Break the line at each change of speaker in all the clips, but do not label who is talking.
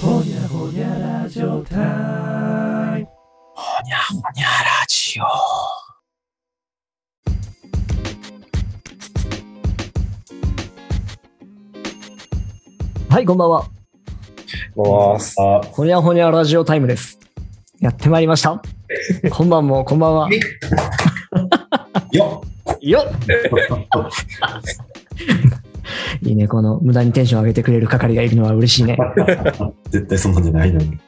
ほにゃラジオタイム。
ほにゃほにゃラジオ。
はい、こんばんは。
わあ、
ほにゃほにゃラジオタイムです。やってまいりま した。こんばんも、こんばんは。
よっ
よっいいね、この無駄にテンション上げてくれる係がいるのは嬉しいね。
絶対そんなんじゃないのに。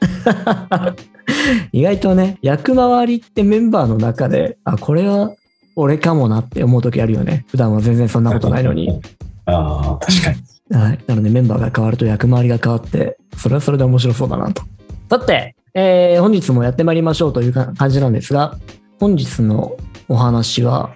意外とね、役回りってメンバーの中で、あ、これは俺かもなって思う時あるよね。普段は全然そんなことないのに。。
ああ、確かに。
はい。なのでメンバーが変わると役回りが変わって、それはそれで面白そうだなと。さて、えー本日もやってまいりましょうというか感じなんですが、本日のお話は、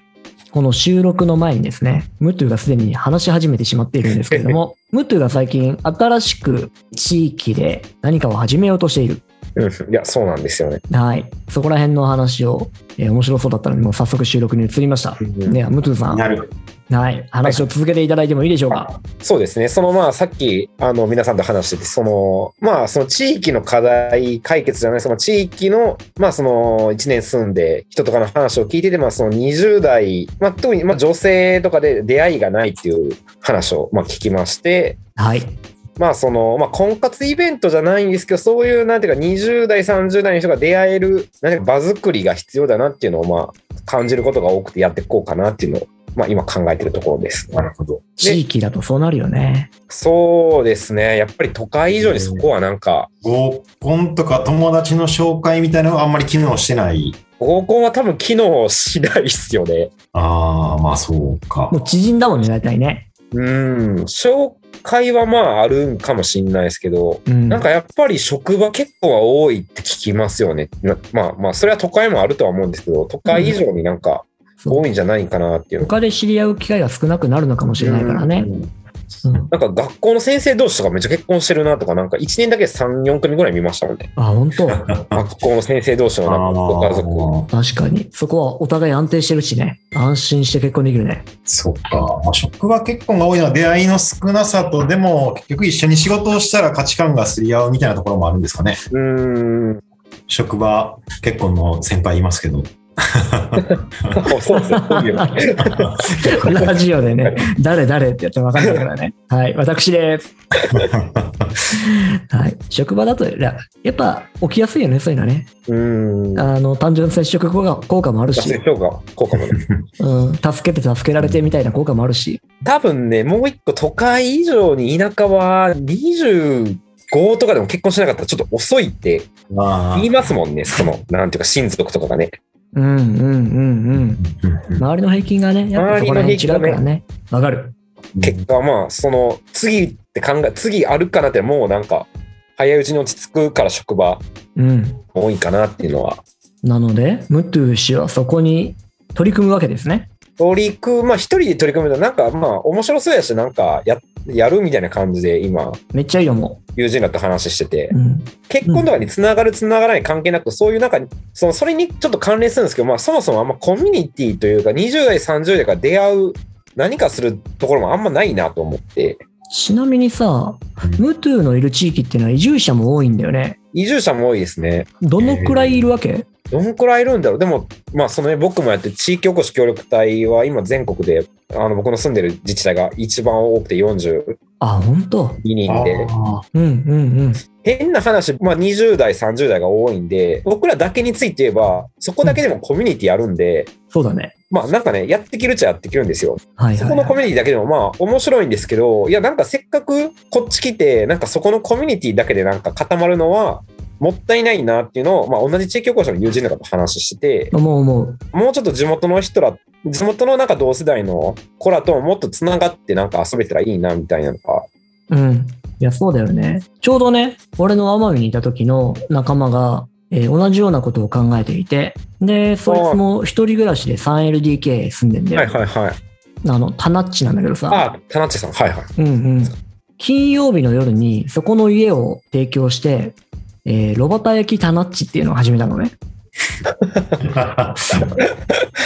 この収録の前にですね、ムトゥがすでに話し始めてしまっているんですけれど も、ムトゥが最近新しく地域で何かを始めようとしている。
うん、いや、そうなんですよね。
はい。そこら辺のお話を、えー面白そうだったので、もう早速収録に移りました。では、ムトゥさん、
なる。
はい。話を続けていただいてもいいでしょうか。
そうですね。そのまあ、さっき、あの、皆さんと話してて、その、まあ、その地域の課題解決じゃない、その地域の、まあ、その、1年住んで、人とかの話を聞いてて、まあ、その20代、まあ、特に、まあ、女性とかで出会いがないっていう話を、まあ、聞きまして、
はい。
まあその、まあ、婚活イベントじゃないんですけど、そういう、なんていうか、20代、30代の人が出会える、なんていうか、場作りが必要だなっていうのを、まあ、感じることが多くてやっていこうかなっていうのを、まあ、今考えてるところです。
なるほど。
地域だとそうなるよね。
そうですね。やっぱり都会以上にそこはなんか、
合コンとか友達の紹介みたいなのはあんまり機能してない。
合コンは多分機能しないっすよね。
ああ、まあそうか
も。う知人だもんね、大体ね。
うん。紹介はまああるんかもしんないですけど、
うん。
なんかやっぱり職場結構は多いって聞きますよね。なまあまあ、それは都会もあるとは思うんですけど、都会以上になんか
そう
多いんじゃないかなっていうのが
他で知り合う機会が少なくなるのかもしれないからね。
うん
うん
なんか学校の先生同士とかめっちゃ結婚してるなとか、なんか1年だけで3、4組ぐらい見ましたもんね。
あ、本当
学校の先生同士のなんかご家族。
ああ、
確かに。そこはお互い安定してるしね。安心して結婚できる ね。
そっか。まあ、職場結婚が多いのは出会いの少なさと、でも結局一緒に仕事をしたら価値観がすり合うみたいなところもあるんですかね。
うーん。
職場結婚の先輩いますけど。
そうですね。そういうの
ラジオでね、誰誰ってやってもわかんないからね。はい、私です。はい、職場だとや、やっぱ起きやすいよね、そういうのはね。
うーん。
あの、単純接触効果効果もある
達
し
成、評価、効果もね。
うん、助けて助けられてみたいな効果もあるし、
多分ね、もう一個都会以上に田舎は25とかでも結婚しなかったらちょっと遅いって
まあ
言い。ますもんね。その、なんていうか親族とかがね。
うんうんうんうん。周りの平均がね、やっぱそこら辺違うからね。わかる。
結果まあその次って考え次あるかなってもうなんか早いうちに落ち着くから職場
うん。
多いかなっていうのは
なので、ムトゥ氏はそこに取り組むわけですね。
取り組むまあ一人で取り組むとなんかまあ面白そうやしなんかややるみたいな感じで今
めっちゃいいよ、も
友人らと話してて
う。うん。
結婚とかにつながるつながらない関係なくそういうなんかそのそれにちょっと関連するんですけどまあそもそもあんまコミュニティというか20代30代が出会う何かするところもあんまないなと思って
ちなみにさ
うん、
ムトゥのいる地域っていうのは移住者も多いんだよね。
移住者も多いですね
どのくらいいるわけ、
どんくらいいるんだろうでも、まあ、そのね、僕もやってる地域おこし協力隊は今全国で、あの、僕の住んでる自治体が一番多くて42
あ、ほんと。
人で、
あ
うんうん
変な話、まあ、20代、30代が多いんで、僕らだけについて言えば、そこだけでもコミュニティあるんで、
うん。そうだね。
まあ、なんかね、やってきるっちゃやってきるんですよ。
はい
そ
はい、
このコ
は
ミ
い。
ュニティだけでもまあ面白いんですけど、いやなんかせっかくこっち来て、なんかそこのコミュニティだけでなんか固まるのはもったいないなっていうのを、まあ同じ地域おこしの友人とかと話してて、
もうもう。
もうちょっと地元の人ら、地元のなんか同世代の子らともっとつながってなんか遊べたらいいなみたいなのが。
うん。いや、そうだよね。ちょうどね、俺の奄美にいた時の仲間が、えー同じようなことを考えていて、で、そいつも一人暮らしで 3LDK 住んでんだよ。
はいはいはい。
あの、タナッチなんだけどさ。
あ、田中さん。はいは
う
い。
んうん。金曜日の夜に、そこの家を提供して、えー、ロバタ焼きタナッチっていうのを始めたのね。
あ。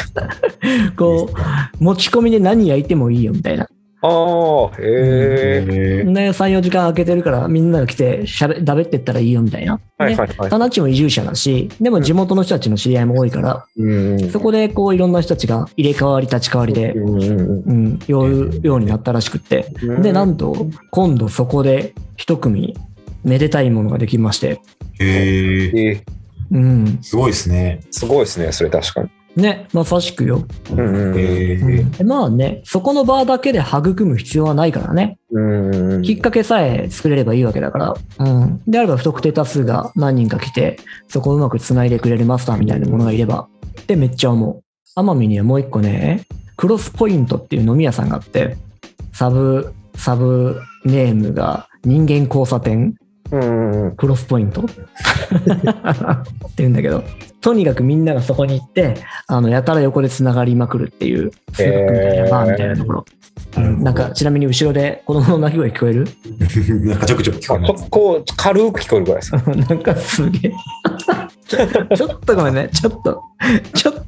こう、持ち込みで何焼いてもいいよみたいな。
ああ、へえ。
で、
へー
3、4時間空けてるから、みんなが来て、しゃべ、だべってったらいいよみたいな。
はい
ね
はいはい。
タナッチも移住者だし、でも地元の人たちの知り合いも多いから、
うん
そこでこういろんな人たちが入れ替わり立ち替わりで、
うんうん
うん、酔うようになったらしくって。
うん
で、なんと、今度そこで一組、めでたいものができまして、
へー
えー
うん。
すごいですね。
すごいですね、それ確かに。
ね、まさしくよ。
うんうんうん
へ
う
ー
んでまあね、そこの場だけで育む必要はないからね。
うんうん。
きっかけさえ作れればいいわけだから。うん。であれば不特定多数が何人か来て、そこをうまく繋いでくれるマスターみたいなものがいれば。ってめっちゃ思う。奄美にはもう一個ね、クロスポイントっていう飲み屋さんがあって、サブ、サブネームが人間交差点
うんうんうん。
クロスポイントって言うんだけど、とにかくみんながそこに行って、あの、やたら横で繋がりまくるっていう、スナックみたいなバーみたいなところ。
なるほど
なんか、ちなみに後ろで子供の泣き声聞こえる
なんかちょくちょく聞
ちょ
こえま
っとこう、軽く聞こえるぐらいです。
なんかすげえ。ちょちょっとごめんね。ちょっと、ちょっと、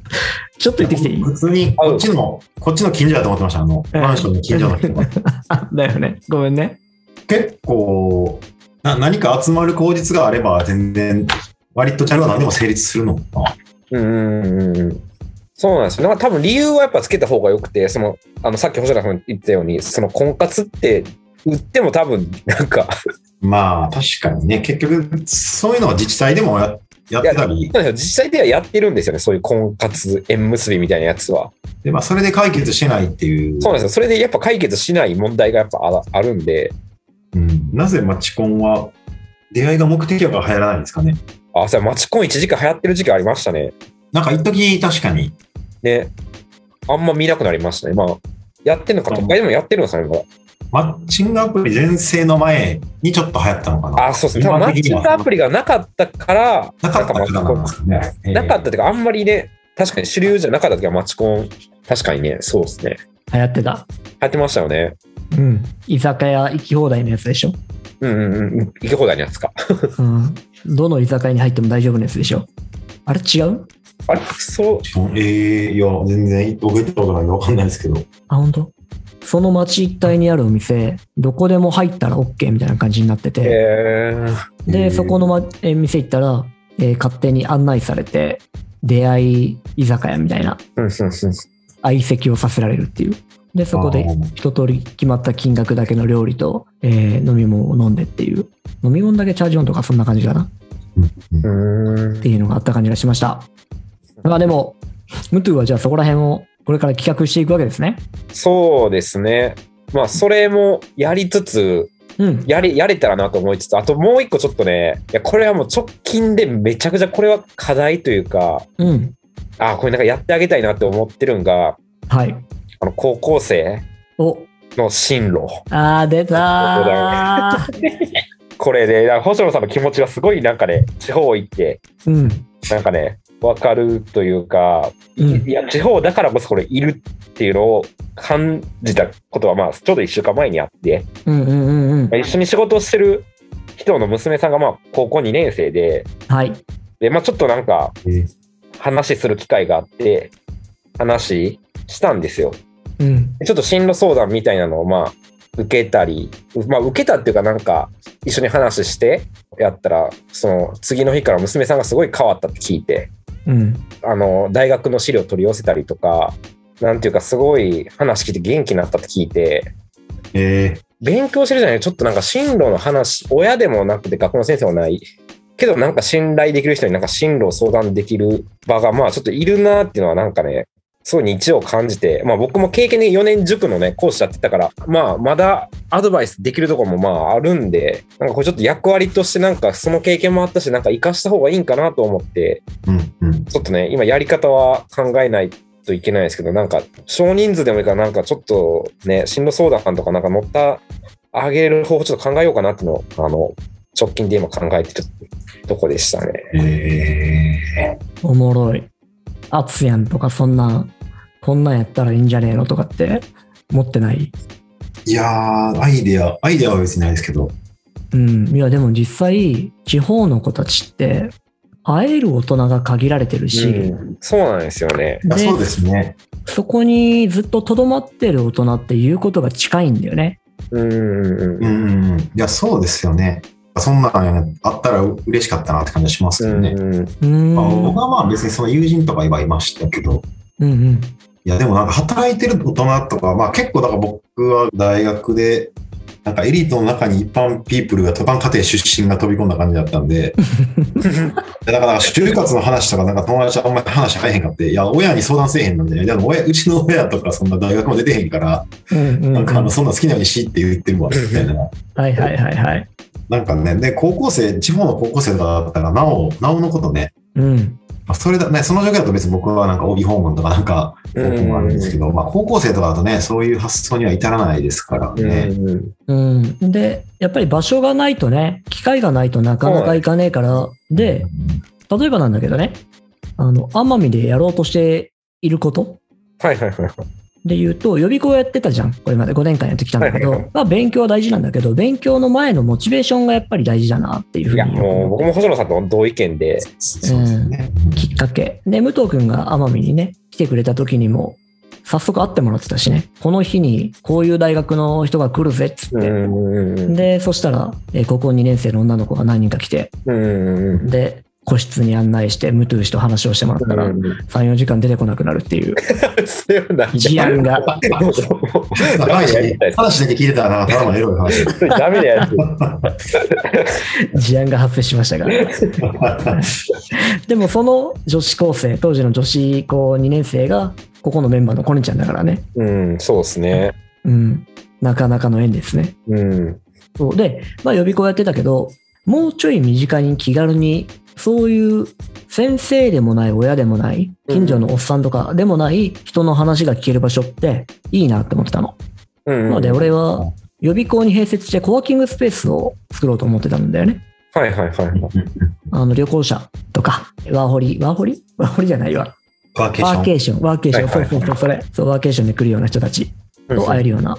ちょっと行ってきていい
普通にこっちの、こっちの近所だと思ってました。あの、
ええ
マンションの近所の人が。
あだよね。ごめんね。
結構な、何か集まる口実があれば、全然、割とチャルは何でも成立するのかな。
うんうんうんうんそうなんですよ。なんか多分理由はやっぱつけた方がよくて、その、あの、さっき星野さん言ったように、その婚活って売っても多分、なんか、
まあ、確かにね、結局、そういうのは自治体でもややっ
いや
てたり、
そうなんですよ実際ではやってるんですよね、そういう婚活、縁結びみたいなやつは。
でまあ、それで解決してないっていう、
そうなんですよ。それでやっぱ解決しない問題がやっぱああるんで、
うん、なぜマチコンは出会いが目的やから流行らないんですかね。
あ、それ、マチコン一時期流行ってる時期ありましたね。
なんか一時確かに、
ね。あんま見なくなりましたね。まあ、やってんのか、都会でもやってるんですかね、まだ
マッチングアプリ全盛の前にちょっと流行ったのかな。
あ、そうですね。多分マッチングアプリがなかったから、
なかったか
ん
ら
マチ
な
コ
ん
ン
ですかね。ええ
なかったというか、あんまりね、確かに主流じゃなかった時はマチコン、確かにね、そうですね。
流行ってた。
流行ってましたよね。
うん。居酒屋行き放題のやつでしょ。
うんうんうん。行き放題のやつか。
うん。どの居酒屋に入っても大丈夫なやつでしょ。あれ違う
あれそう。
ええいや、全然、僕行ったことないんでわかんないですけど。
あ、本当？その町一帯にあるお店、どこでも入ったら OK みたいな感じになってて。
えー、
え
で、
ー
そこの、ま、えー店行ったら、えー勝手に案内されて、出会い居酒屋みたいな、
うんうんうん。
相席をさせられるっていう。で、そこ
あ
で
ー
一通り決まった金額だけの料理と、えー飲み物を飲んでっていう。飲み物だけチャージオンとかそんな感じかなっ
うーん
ていうのがあった感じがしました。まあでも、ムトゥはじゃあそこら辺をこれから企画していくわけですね。
そうですね。まあ、それもやりつつ、
うん。
やれ、やれたらなと思いつつ、あともう一個ちょっとね、いや、これはもう直近でめちゃくちゃこれは課題というか、
うん。
あーこれなんかやってあげたいなって思ってるんが、
はい。
あの、高校生
お、
の進路。
あー、出
そうだ
たー。
これで、ね、だから星野さんの気持ちがすごいなんかね、地方行って、
うん。
なんかね、わかるというか、
うん
い。や、地方だからこそこれいるっていうのを感じたことは、まあ、ちょうど1週間前にあって、
うんうんうんうん
まあ。一緒に仕事をしてる人の娘さんが、まあ、高校2年生で、
はい。
で、まあ、ちょっとなんか、
え
話する機会があって、話したんですよ。
うん。
ちょっと進路相談みたいなのを、まあ、受けたり、まあ、受けたっていうか、なんか、一緒に話してやったら、その、次の日から娘さんがすごい変わったって聞いて、
うん。
あの、大学の資料取り寄せたりとか、なんていうか、すごい話聞いて元気になったって聞いて、
え
勉強してるじゃないちょっとなんか進路の話、親でもなくて学校の先生もない。けどなんか信頼できる人になんか進路を相談できる場がまあちょっといるなっていうのはなんかね、すごい日常を感じて、まあ僕も経験で4年塾のね、講師やってたから、まあまだアドバイスできるところもまああるんで、なんかこれちょっと役割としてなんかその経験もあったし、なんか活かした方がいいんかなと思って、
うんうん。
ちょっとね、今やり方は考えないといけないですけど、なんか少人数でもいいから、なんかちょっとね、進路相談とかなんか乗ったあげる方法ちょっと考えようかなっていうのを、あの、直近で今考えてるとこでしたね。
ええ
おもろい。アツヤンとかそんな、こんなんやったらいいんじゃねえのとかって持ってない。
いやー、アイデア、アイデアは別にないですけど、
うん。いや、でも実際、地方の子たちって、会える大人が限られてるし、
うんそうなんですよね。
いや
で
そうですね。
そこにずっととどまってる大人っていうことが近いんだよね。
うんうん
うんうんうん。いや、そうですよね。そんなのあったら嬉しかったなって感じがします
う
けどね。
んうん
うーん。
まあ、僕はまあ別にその友人とか今いましたけど、
うんうん。
いやでもなんか働いてる大人とか、まあ結構だから僕は大学で、なんかエリートの中に一般ピープルが、一般家庭出身が飛び込んだ感じだった んで、だからなんか就活の話とかなんか友達とあんまり話入れへんかって、いや親に相談せえへんなんで、いやでも親うちの親とかそんな大学も出てへんから、
うんうんうん
なんかあのそんな好きなようにしって言ってるわ、みたいな。
はいはいはいはい。
なんかね、で、高校生、地方の高校生とかだったら、なお、なおのことね、
うん。
まあ、それだね、その状況だと別に僕はなんか帯訪問とかなんか、
うん
僕もあるんですけど、まあ、高校生とかだとね、そういう発想には至らないですから
うん
ね。
うん
うん、で、やっぱり場所がないとね、機会がないとなかなか行かねえから、で、例えばなんだけどね、あの、奄美でやろうとしていること
はいはいはいはい。
で言うと、予備校やってたじゃん、これまで5年間やってきたんだけ
はいはい
ど、まあ勉強は大事なんだけど、勉強の前のモチベーションがやっぱり大事だなっていうふ
いうや、
に
もう僕も細野さんと同意見で、
そうですね。
きっかけ。で、武藤君が奄美にね、来てくれた時にも、早速会ってもらってたしね、この日にこういう大学の人が来るぜっつ
う
って、
んうん
で、そしたら、えー高校2年生の女の子が何人か来て、
うんうん
で、個室に案内して、ムトゥー氏と話をしてもらったら、3、4時間 出てこなくなるっていう
そういうな
事案 が。
長いし
やりたいです
話だけ聞いてたらな、ただのエロい話。
ダメなやつ。
事案が発生しました が。でもその女子高生、当時の女子高2年生が、ここのメンバーのコネちゃんだからね。
うん、そうですね。
うん。なかなかの縁ですね。
うん。
そう。で、まあ予備校やってたけど、もうちょい身近に気軽に、そういう先生でもない親でもない、近所のおっさんとかでもない人の話が聞ける場所っていいなって思ってたの。
うん。
なので俺は予備校に併設してコワーキングスペースを作ろうと思ってたんだよね。
はいはいはい。
あの旅行者とか、ワーホリ、ワーホリワーホリじゃないわ。
ワーケーシ
ワ
ョ
ー
ン。
ケーション、ワーケーション、
はいはいはい
そうそうそう、それ。そう、ワーケーションで来るような人たち
うん
と会えるような。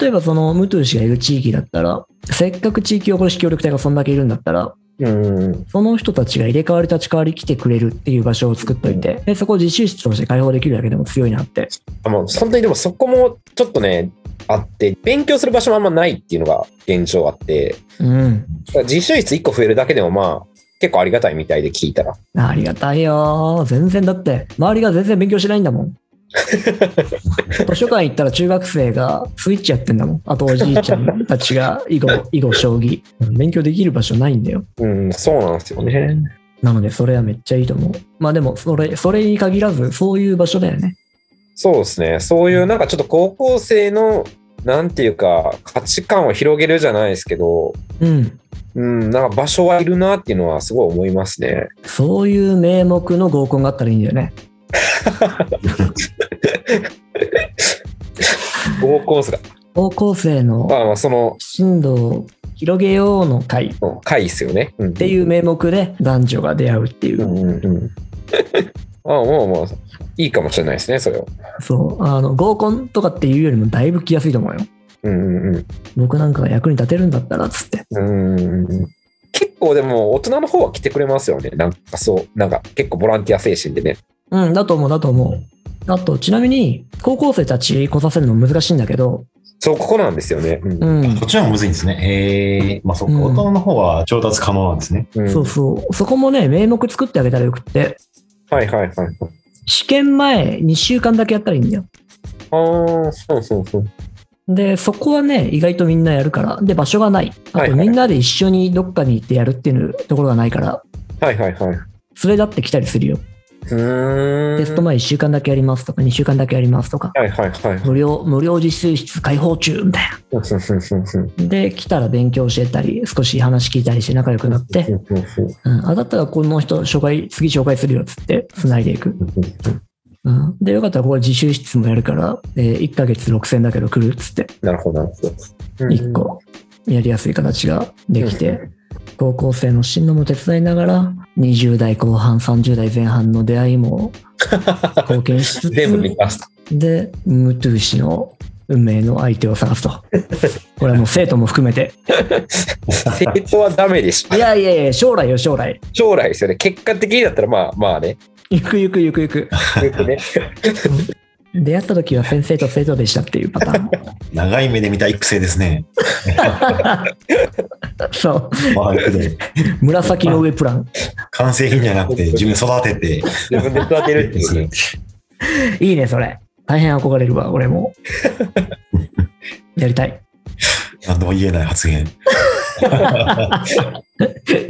例えばそのムトゥー氏がいる地域だったら、せっかく地域おこし協力隊がそんだけいるんだったら、
うん。
その人たちが入れ替わり立ち替わり来てくれるっていう場所を作っといて、でそこを自習室として開放できるだけでも強いなって。
あもう本当にでもそこもちょっとね、あって、勉強する場所もあんまないっていうのが現状あって、
うん。
だから自習室1個増えるだけでもまあ、結構ありがたいみたいで聞いたら。
ありがたいよー。全然だって、周りが全然勉強しないんだもん。図書館行ったら中学生がスイッチやってんだもん。あとおじいちゃんたちが囲碁、囲碁、将棋。勉強できる場所ないんだよ。
うん、そうなんですよね。
なので、それはめっちゃいいと思う。まあでも、それ、それに限らず、そういう場所だよね。
そうですね。そういうなんかちょっと高校生の、なんていうか、価値観を広げるじゃないですけど、
うん。
うん、なんか場所はいるなっていうのはすごい思いますね。
そういう名目の合コンがあったらいいんだよね。
高校生が。
高校生の
まあまあ、その、
進路を広げようの会っ
回ですよね。ってう
いう名目で男女が出会うっていうう、
んうんうん。 あもうもう、いいかもしれないですね、それは。
そう、あの、合コンとかっていうよりもだいぶ来やすいと思うよ。
うんうんうん
僕なんかが役に立てるんだったらっつって。
うんうんうん。結構でも、大人の方は来てくれますよね。なんかそう、なんか結構ボランティア精神でね。
うん、だと思う、だと思う。あと、ちなみに、高校生たち来させるの難しいんだけど、
そう、ここなんですよね。うん
う。ん
こ、っちもむずいんですね。ええまあそっか、
うん
大人の方は調達可能なんですね。
うん
そうそう。そこもね、名目作ってあげたらよくって、
はいはいはい。
試験前2週間だけやったらいいんだよ。
ああ、そうそうそう。
で、そこはね、意外とみんなやるから。で、場所がない。あ
はい
と、
はい
みんなで一緒にどっかに行ってやるっていうところがないから、
はいはいはい。
連れ立ってきたりするよ。
うーん。
テスト前1週間だけやりますとか、2週間だけやりますとか、
はいはいはい。
無料、無料自習室開放中みたい
うんうんうん
な。で、来たら勉強教えたり、少し話聞いたりして仲良くなって、
うんうん
うん、あ、だったらこの人紹介、次紹介するよっつって、繋いでいく。
うん
うん、で、よかったらここ自習室もやるから、え1ヶ月6000だけど来るっつって、
なるほど、なるほど。
1個、やりやすい形ができて、高校生の進路も手伝いながら、20代後半、30代前半の出会い も貢献し
う
つ
ん。
つ、
全部 見ました。
で、ムトゥー氏の運命の相手を探す と。これはもう生徒も含めて。
生徒はダメでしょ
い。やいやいや、将来よ、将来。
将来ですよね。結果的にだったら、まあまあね。
ゆくゆくゆくゆく。
よくね。
出会った時は先生と生徒でしたっていうパターンも。
長い目で見た育成ですね。
そう。
まあ、けど
紫の上プラン。
完成品じゃなくて、自分で育てて、
自分で育てるっていうね。
いいね、それ。大変憧れるわ、俺 も。やりたい。
何とも言えない発言。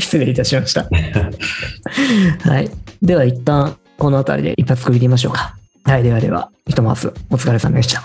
失礼いたしました。 はい。では一旦、この辺りで一発区切りましょうか。はい。ではでは、ひとまずお疲れ様でした。